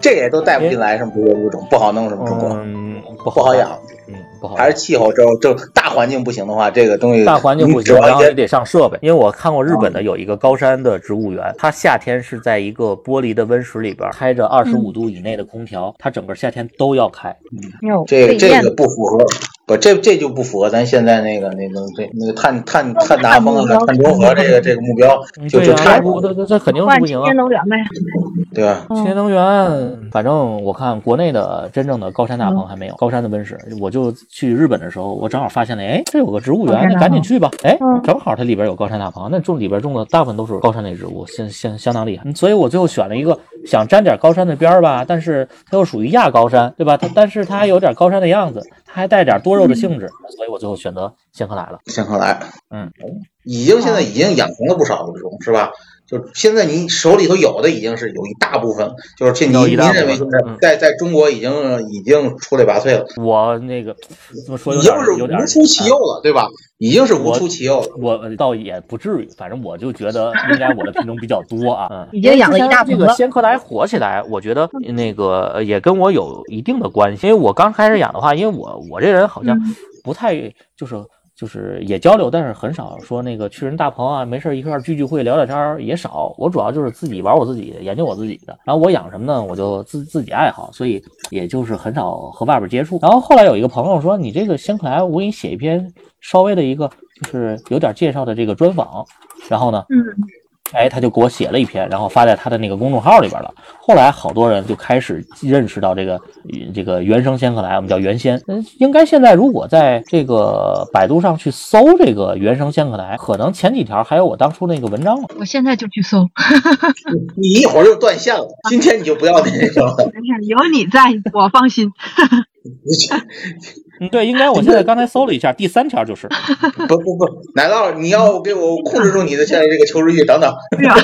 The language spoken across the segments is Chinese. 这也都带不进来什么中国物种，不好弄什么中国，嗯，不不好，养，嗯，不好养，还是气候周就大环境不行的话，这个东西大环境不行，你指然望一后你些得上设备。因为我看过日本的有一个高山的植物园，它夏天是在一个玻璃的温室里边开着二十嗯五度以内的空调，它整个夏天都要开。嗯有这个被这验个不符合，不这这就不符合咱现在那个那个那那个碳碳碳达峰啊、碳中和这个这个目标，就对就啊，太不，这这这肯定是换不新行啊鲜。能源呗。对吧？嗯清洁能源，反正我看国内的真正的高山大嗯棚还没有，高山的温室。我就去日本的时候，我正好发现了，哎，这有个植物高园，山那大赶棚紧去吧。哎嗯，正好它里边有高山大棚，那种里边种的大部分都是高山类植物，相相相当厉害。嗯所以我最后选了一个想沾点高山的边儿吧，但是它又属于亚高山，对吧？它但是它还有点高山的样子，它还带点多肉的性质，嗯所以我最后选择仙鹤来了。先后来，嗯，已经现在已经养成了不少物种，是吧？就现在你手里头有的已经是有一大部分，就是现有您一您大部分认为现在嗯在在中国已经已经出类拔萃了，我那个怎么说有已点经儿是有点无儿哎出其右了，对吧？已经是无我出其右了。我倒也不至于，反正我就觉得应该我的品种比较多啊。嗯，已经养了一大这盆个了，嗯仙客来火起来，我觉得那个呃也跟我有一定的关系，因为我刚开始养的话，因为我我这人好嗯像不太就是。就是也交流，但是很少说那个去人大棚啊，没事儿一块儿聚聚会、聊聊天儿也少。我主要就是自己玩我自己的，研究我自己的。然后我养什么呢？我就自自己爱好，所以也就是很少和外边接触。然后后来有一个朋友说：“你这个仙客来，我给你写一篇稍微的一个就是有点介绍的这个专访。”然后呢，嗯，哎，他就给我写了一篇，然后发在他的那个公众号里边了。后来好多人就开始认识到这个呃这个原生仙鹤来，我们叫原仙。嗯，应该现在如果在这个百度上去搜这个原生仙鹤来，可能前几条还有我当初那个文章了。我现在就去搜， 你一会儿就断线了，今天你就不要那个了。 没事，有你在，我放心。嗯，对，应该我现在刚才搜了一下，第三条就是，不不不，奶酪，你要给我控制住你的现在这个求知欲，等等。是啊，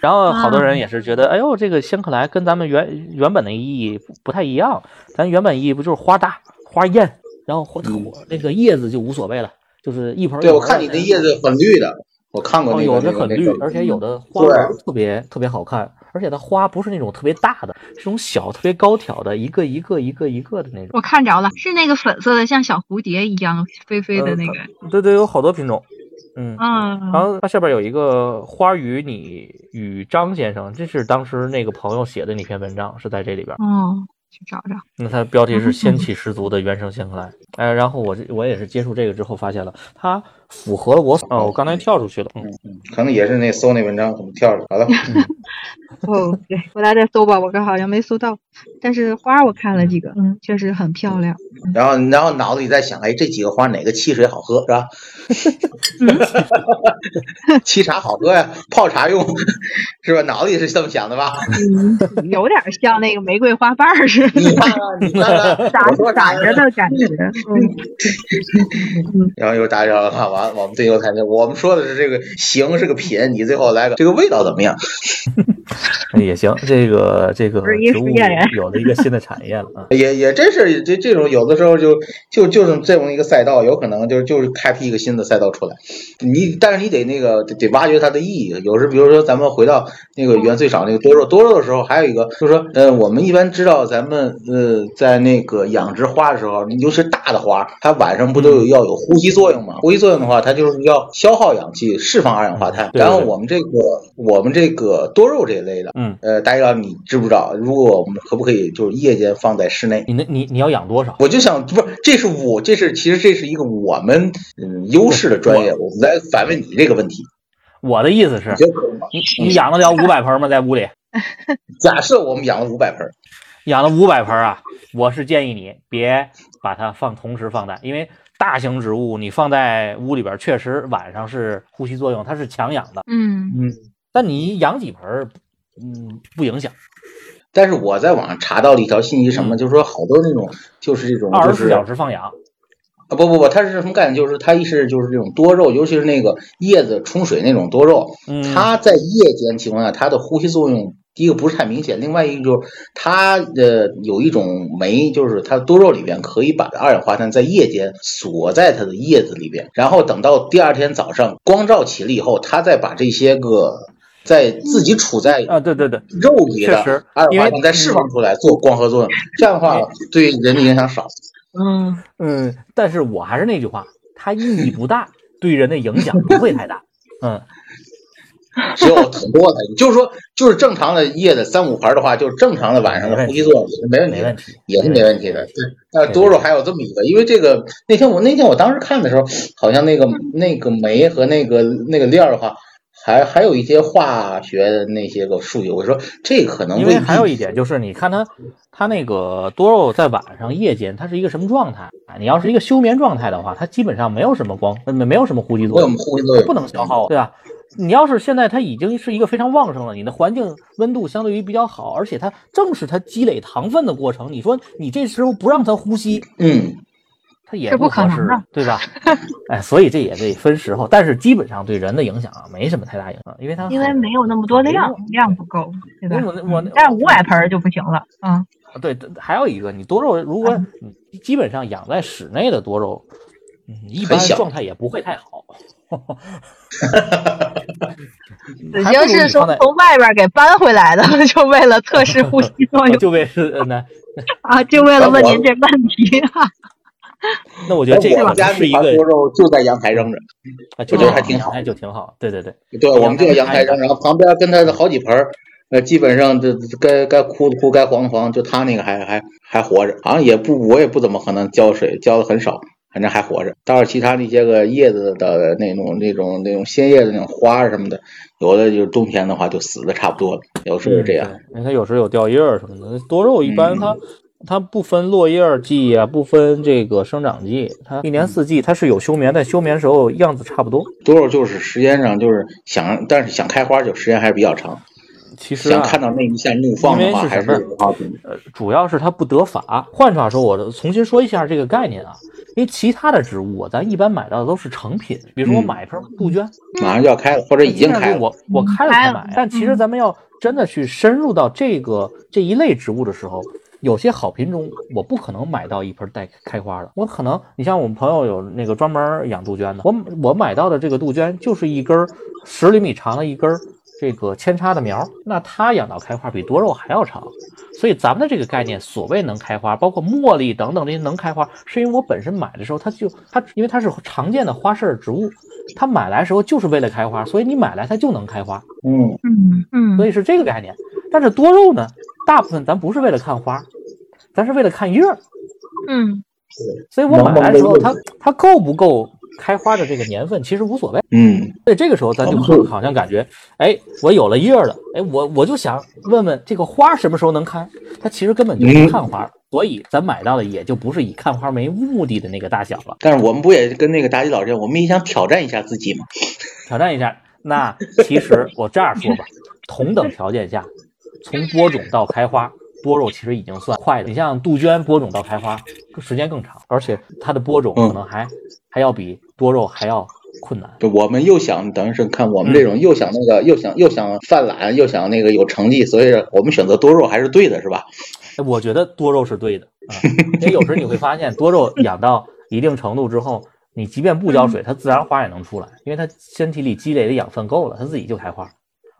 然后好多人也是觉得，哎呦，这个仙鹤来跟咱们原原本的意义不不太一样，咱原本意义不就是花大花艳，然后花嗯那个叶子就无所谓了，就是一盆儿一对，我盆儿看你那那样叶子很绿的，我看过哦，那有个的那个很那绿，个。而且有的花对纹特别特别好看，而且它花不是那种特别大的，是那种小特别高挑的，一个一个一个一个的那种。 我看着了，是那个粉色的，像小蝴蝶一样飞飞的那个。对对，有好多品种。嗯，嗯，然后它下边有一个花与你与张先生，这是当时那个朋友写的那篇文章，是在这里边。哦，去找找。那它的标题是“仙气十足的原生仙鹤 来”。哎，然后我这我也是接触这个之后发现了，它符合我哦，我刚才跳出去了。嗯可能也是那搜那文章，可能跳着。好 了，哦，对，回来再搜吧，我刚好像没搜到，但是花我看了几个，嗯，确实很漂亮。然后然后脑子里在想，哎，这几个花哪个沏水好喝是吧？ 沏茶好喝呀，泡茶用 是吧？脑子里是这么想的吧？ 嗯，有点像那个玫瑰花瓣儿似的，你看看，你看看，打我说啥打着的感觉。嗯，然后又打扰了，看完了我们最后才那，我们说的是这个形是个品，你最后来个这个味道怎么样？哎也行，这个这个不是一植实物验人有了一个新的产业了 啊。也也真是这这种有的时候就就就是这么一个赛道，有可能就就是开辟一个新的赛道出来。你但是你得那个得得挖掘它的意义。有时比如说咱们回到那个原最少那个多肉多肉的时候，还有一个就是说，呃，我们一般知道咱们呃在那个养殖花的时候，尤其是大的花，它晚上不都有嗯要有呼吸作用嘛？呼吸作用的话，它就是要消耗氧气，释放二氧化碳嗯。对对对然后我们这个我们这个多肉这一类的，嗯，呃，大家你知不知道？如果我们可不可以就是夜间放在室内？你那你你要养多少？我就想，不是，这是我，这是其实这是一个我们嗯优势的专业，我们来反问你这个问题，我的意思是你，觉得可以吗？你你养得了五百盆吗？在屋里假设我们养了五百盆，养了五百盆啊，我是建议你别把它放同时放在，因为大型植物你放在屋里边，确实晚上是呼吸作用，它是强氧的。嗯，嗯，但你养几盆儿嗯，不影响。但是我在网上查到了一条信息，什么、嗯就是说好多那种就是这种二就十四是小时放养，啊不不不，它是什么概念？就是它一是就是这种多肉，尤其是那个叶子冲水那种多肉，嗯，它在夜间情况下，它的呼吸作用第一个不是太明显，另外一个就是它呃有一种酶，就是它多肉里边可以把二氧化碳在夜间锁在它的叶子里边，然后等到第二天早上光照起了以后，它再把这些个在自己处在啊，对对对，肉里确的实二氧因化为碳再释放出来做光合作用，这样的话对人的影响少。嗯，嗯，但是我还是那句话，它意义不大，对人的影响不会太大。嗯，只有很多的，就是说，就是正常的夜的三五盘的话，就是正常的晚上的呼吸作用是没问题没的问， 题，也是没问题的。对，但是对多肉还有这么一个，因为这个那天我那天我当时看的时候，好像那个那个酶和那个那个链儿的话，还还有一些化学的那些个数据，我说这可能因未为必还有一点就是，你看它，它那个多肉在晚上夜间，它是一个什么状态？啊你要是一个休眠状态的话，它基本上没有什么光，没没有什么呼吸没作有用，呼吸作用不能消耗，对吧？你要是现在它已经是一个非常旺盛了，你的环境温度相对于比较好，而且它正是它积累糖分的过程，你说你这时候不让它呼吸，嗯，它也这不可合能适啊，对吧？哎，所以这也得分时候，但是基本上对人的影响啊没什么太大影响，因为它因为很没有那么多没量用，量不够，对吧因为我那？我那嗯但是五百盆儿就不行了，嗯，对，还有一个，你多肉如啊果你基本上养在室内的多肉，嗯，一很般小状态也不会太好。还不如子晴是你从放在从外边儿给搬回来的， 就为了测试呼吸 作用就为是呃那啊，就为了问我您这问题 哈。那我觉得这我个们可家能是那一盘个多肉就在阳台扔着，啊，就我觉得还挺好哎，就挺好。对对对，对，我们就在阳台阳台上，然后旁边跟他的好几盆儿，呃，基本上这这该该枯的枯，该黄的黄，就他那个还还还活着，好像也不我也不怎么可能浇水，浇的很少，反正还活着。倒是其他那些个叶子的那种那种那种鲜叶的那种花儿什么的，有的就是冬天的话就死的差不多了，有时候是这样。嗯。对因为它有时候有掉叶儿什么的，多肉一般嗯它、它不分落叶儿季啊，不分这个生长季，它一年四季它是有休眠，但休眠时候样子差不多。多肉就是时间上就是想，但是想开花就时间还是比较长，其实想啊，看到那一下怒放的因为话是还什么是花瓶。呃，主要是它不得法。换句话说，我重新说一下这个概念啊，因为其他的植物啊，咱一般买到的都是成品，比如说我嗯买一盆杜鹃，马上就要开了，或者已经开了。我我嗯开了开才了买。但其实嗯咱们要真的去深入到这个这一类植物的时候，有些好品种我不可能买到一盆带开花的，我可能你像我们朋友有那个专门养杜鹃的，我我买到的这个杜鹃就是一根十厘米长的一根儿这个扦插的苗儿，那它养到开花比多肉还要长。所以咱们的这个概念，所谓能开花，包括茉莉等等这些能开花，是因为我本身买的时候，它就它因为它是常见的花式植物，它买来的时候就是为了开花，所以你买来它就能开花，嗯，嗯所嗯，以是这个概念。但是多肉呢，大部分咱不是为了看花，咱是为了看叶儿，嗯，所以我买来的时候，能不它它够不够开花的这个年份其实无所谓。嗯，所以这个时候咱就哦是好像感觉，哎，我有了叶儿了，哎，我我就想问问这个花什么时候能开？它其实根本就嗯不看花，所以咱买到的也就不是以看花为目的的那个大小了。但是我们不也跟那个妲己老师一样，我们也想挑战一下自己嘛？挑战一下，那其实我这样说吧，同等条件下，从播种到开花，多肉其实已经算快的。你像杜鹃播种到开花，时间更长，而且它的播种嗯可能还、还要比多肉还要困难。就我们又想，等于是看我们这种又想那个，又想又想犯懒，又想那个有成绩，所以我们选择多肉还是对的，是吧？哎我觉得多肉是对的啊，因为有时你会发现多肉养到一定程度之后，你即便不浇水，它自然花也能出来，因为它身体里积累的养分够了，它自己就开花。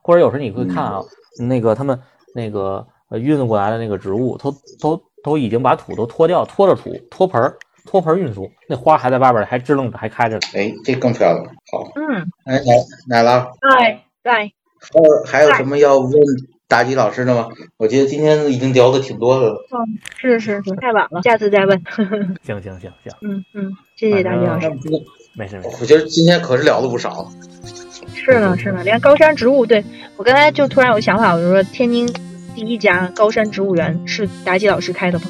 或者有时候你会看啊，那个他们那个呃运过来的那个植物，都都都已经把土都脱掉，脱了土，脱盆儿，脱盆儿运输，那花还在外边儿还支棱着，还开着呢。哎，这更漂亮。好，嗯，哎，奶奶酪，对对，还有还有什么要问妲己老师的吗？我觉得今天已经聊的挺多的了。是是是，太晚了，下次再问。 行行行行，嗯嗯，谢谢大家老师。那不过没事没事，我觉得今天可是聊了不少。是呢是呢，连高山植物，对我刚才就突然有想法，我就说天津第一家高山植物园是妲己老师开的吗？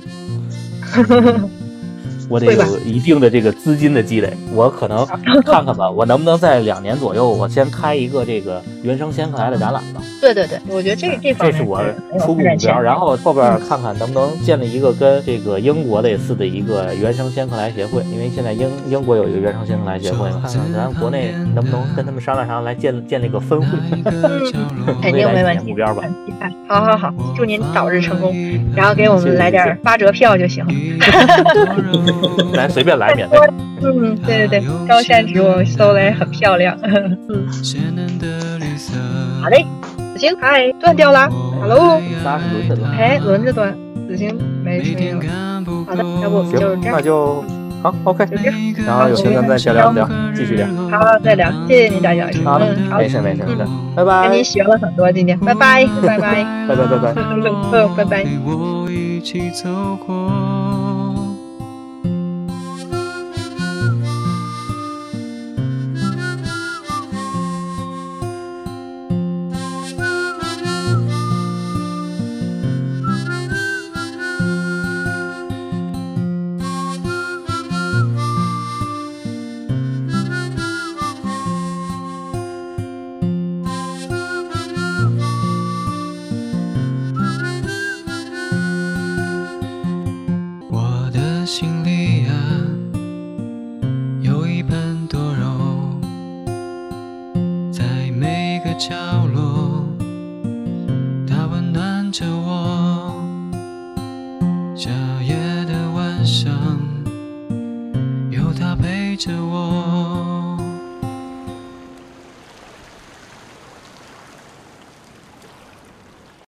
我得会吧有一定的这个资金的积累，我可 能看看吧，我能不能在两年左右，我先开一个这个原生掀克莱的展览吧。对对对，我觉得这这方这面是我没有初步发目展前标，景然后后边看看能不能建立一个跟这个英国类似的一个原生仙克莱协会，因为现在英英国有一个原生仙克莱协会，看看咱国内能不能跟他们商量商量，来建建立个分会。 肯未定来没几年问题，目标吧 很期待。嗯好好好，祝您早日成功，嗯然后给我们来点儿八折票就行了。咱随便来，免 费。嗯，对对对，高山植物搜的很漂 亮。嗯，好嘞，子星，嗨，断掉了，hello，仨是轮着轮。哎，轮着断，子星没声音了。好的，要不就是行，那这样，就好，OK 就。这样，然后有空咱再聊聊聊，继续聊。好好再聊，谢谢你大小姐，好的嗯，，好没，事没事没事，拜拜跟，你学了很多，今天，拜拜，拜拜，拜拜拜拜。 嗯嗯，拜拜。陪我一起走过。我的心里啊，有一盆多肉，在每个角落，它温暖着我。夏夜的晚上，有它陪着我。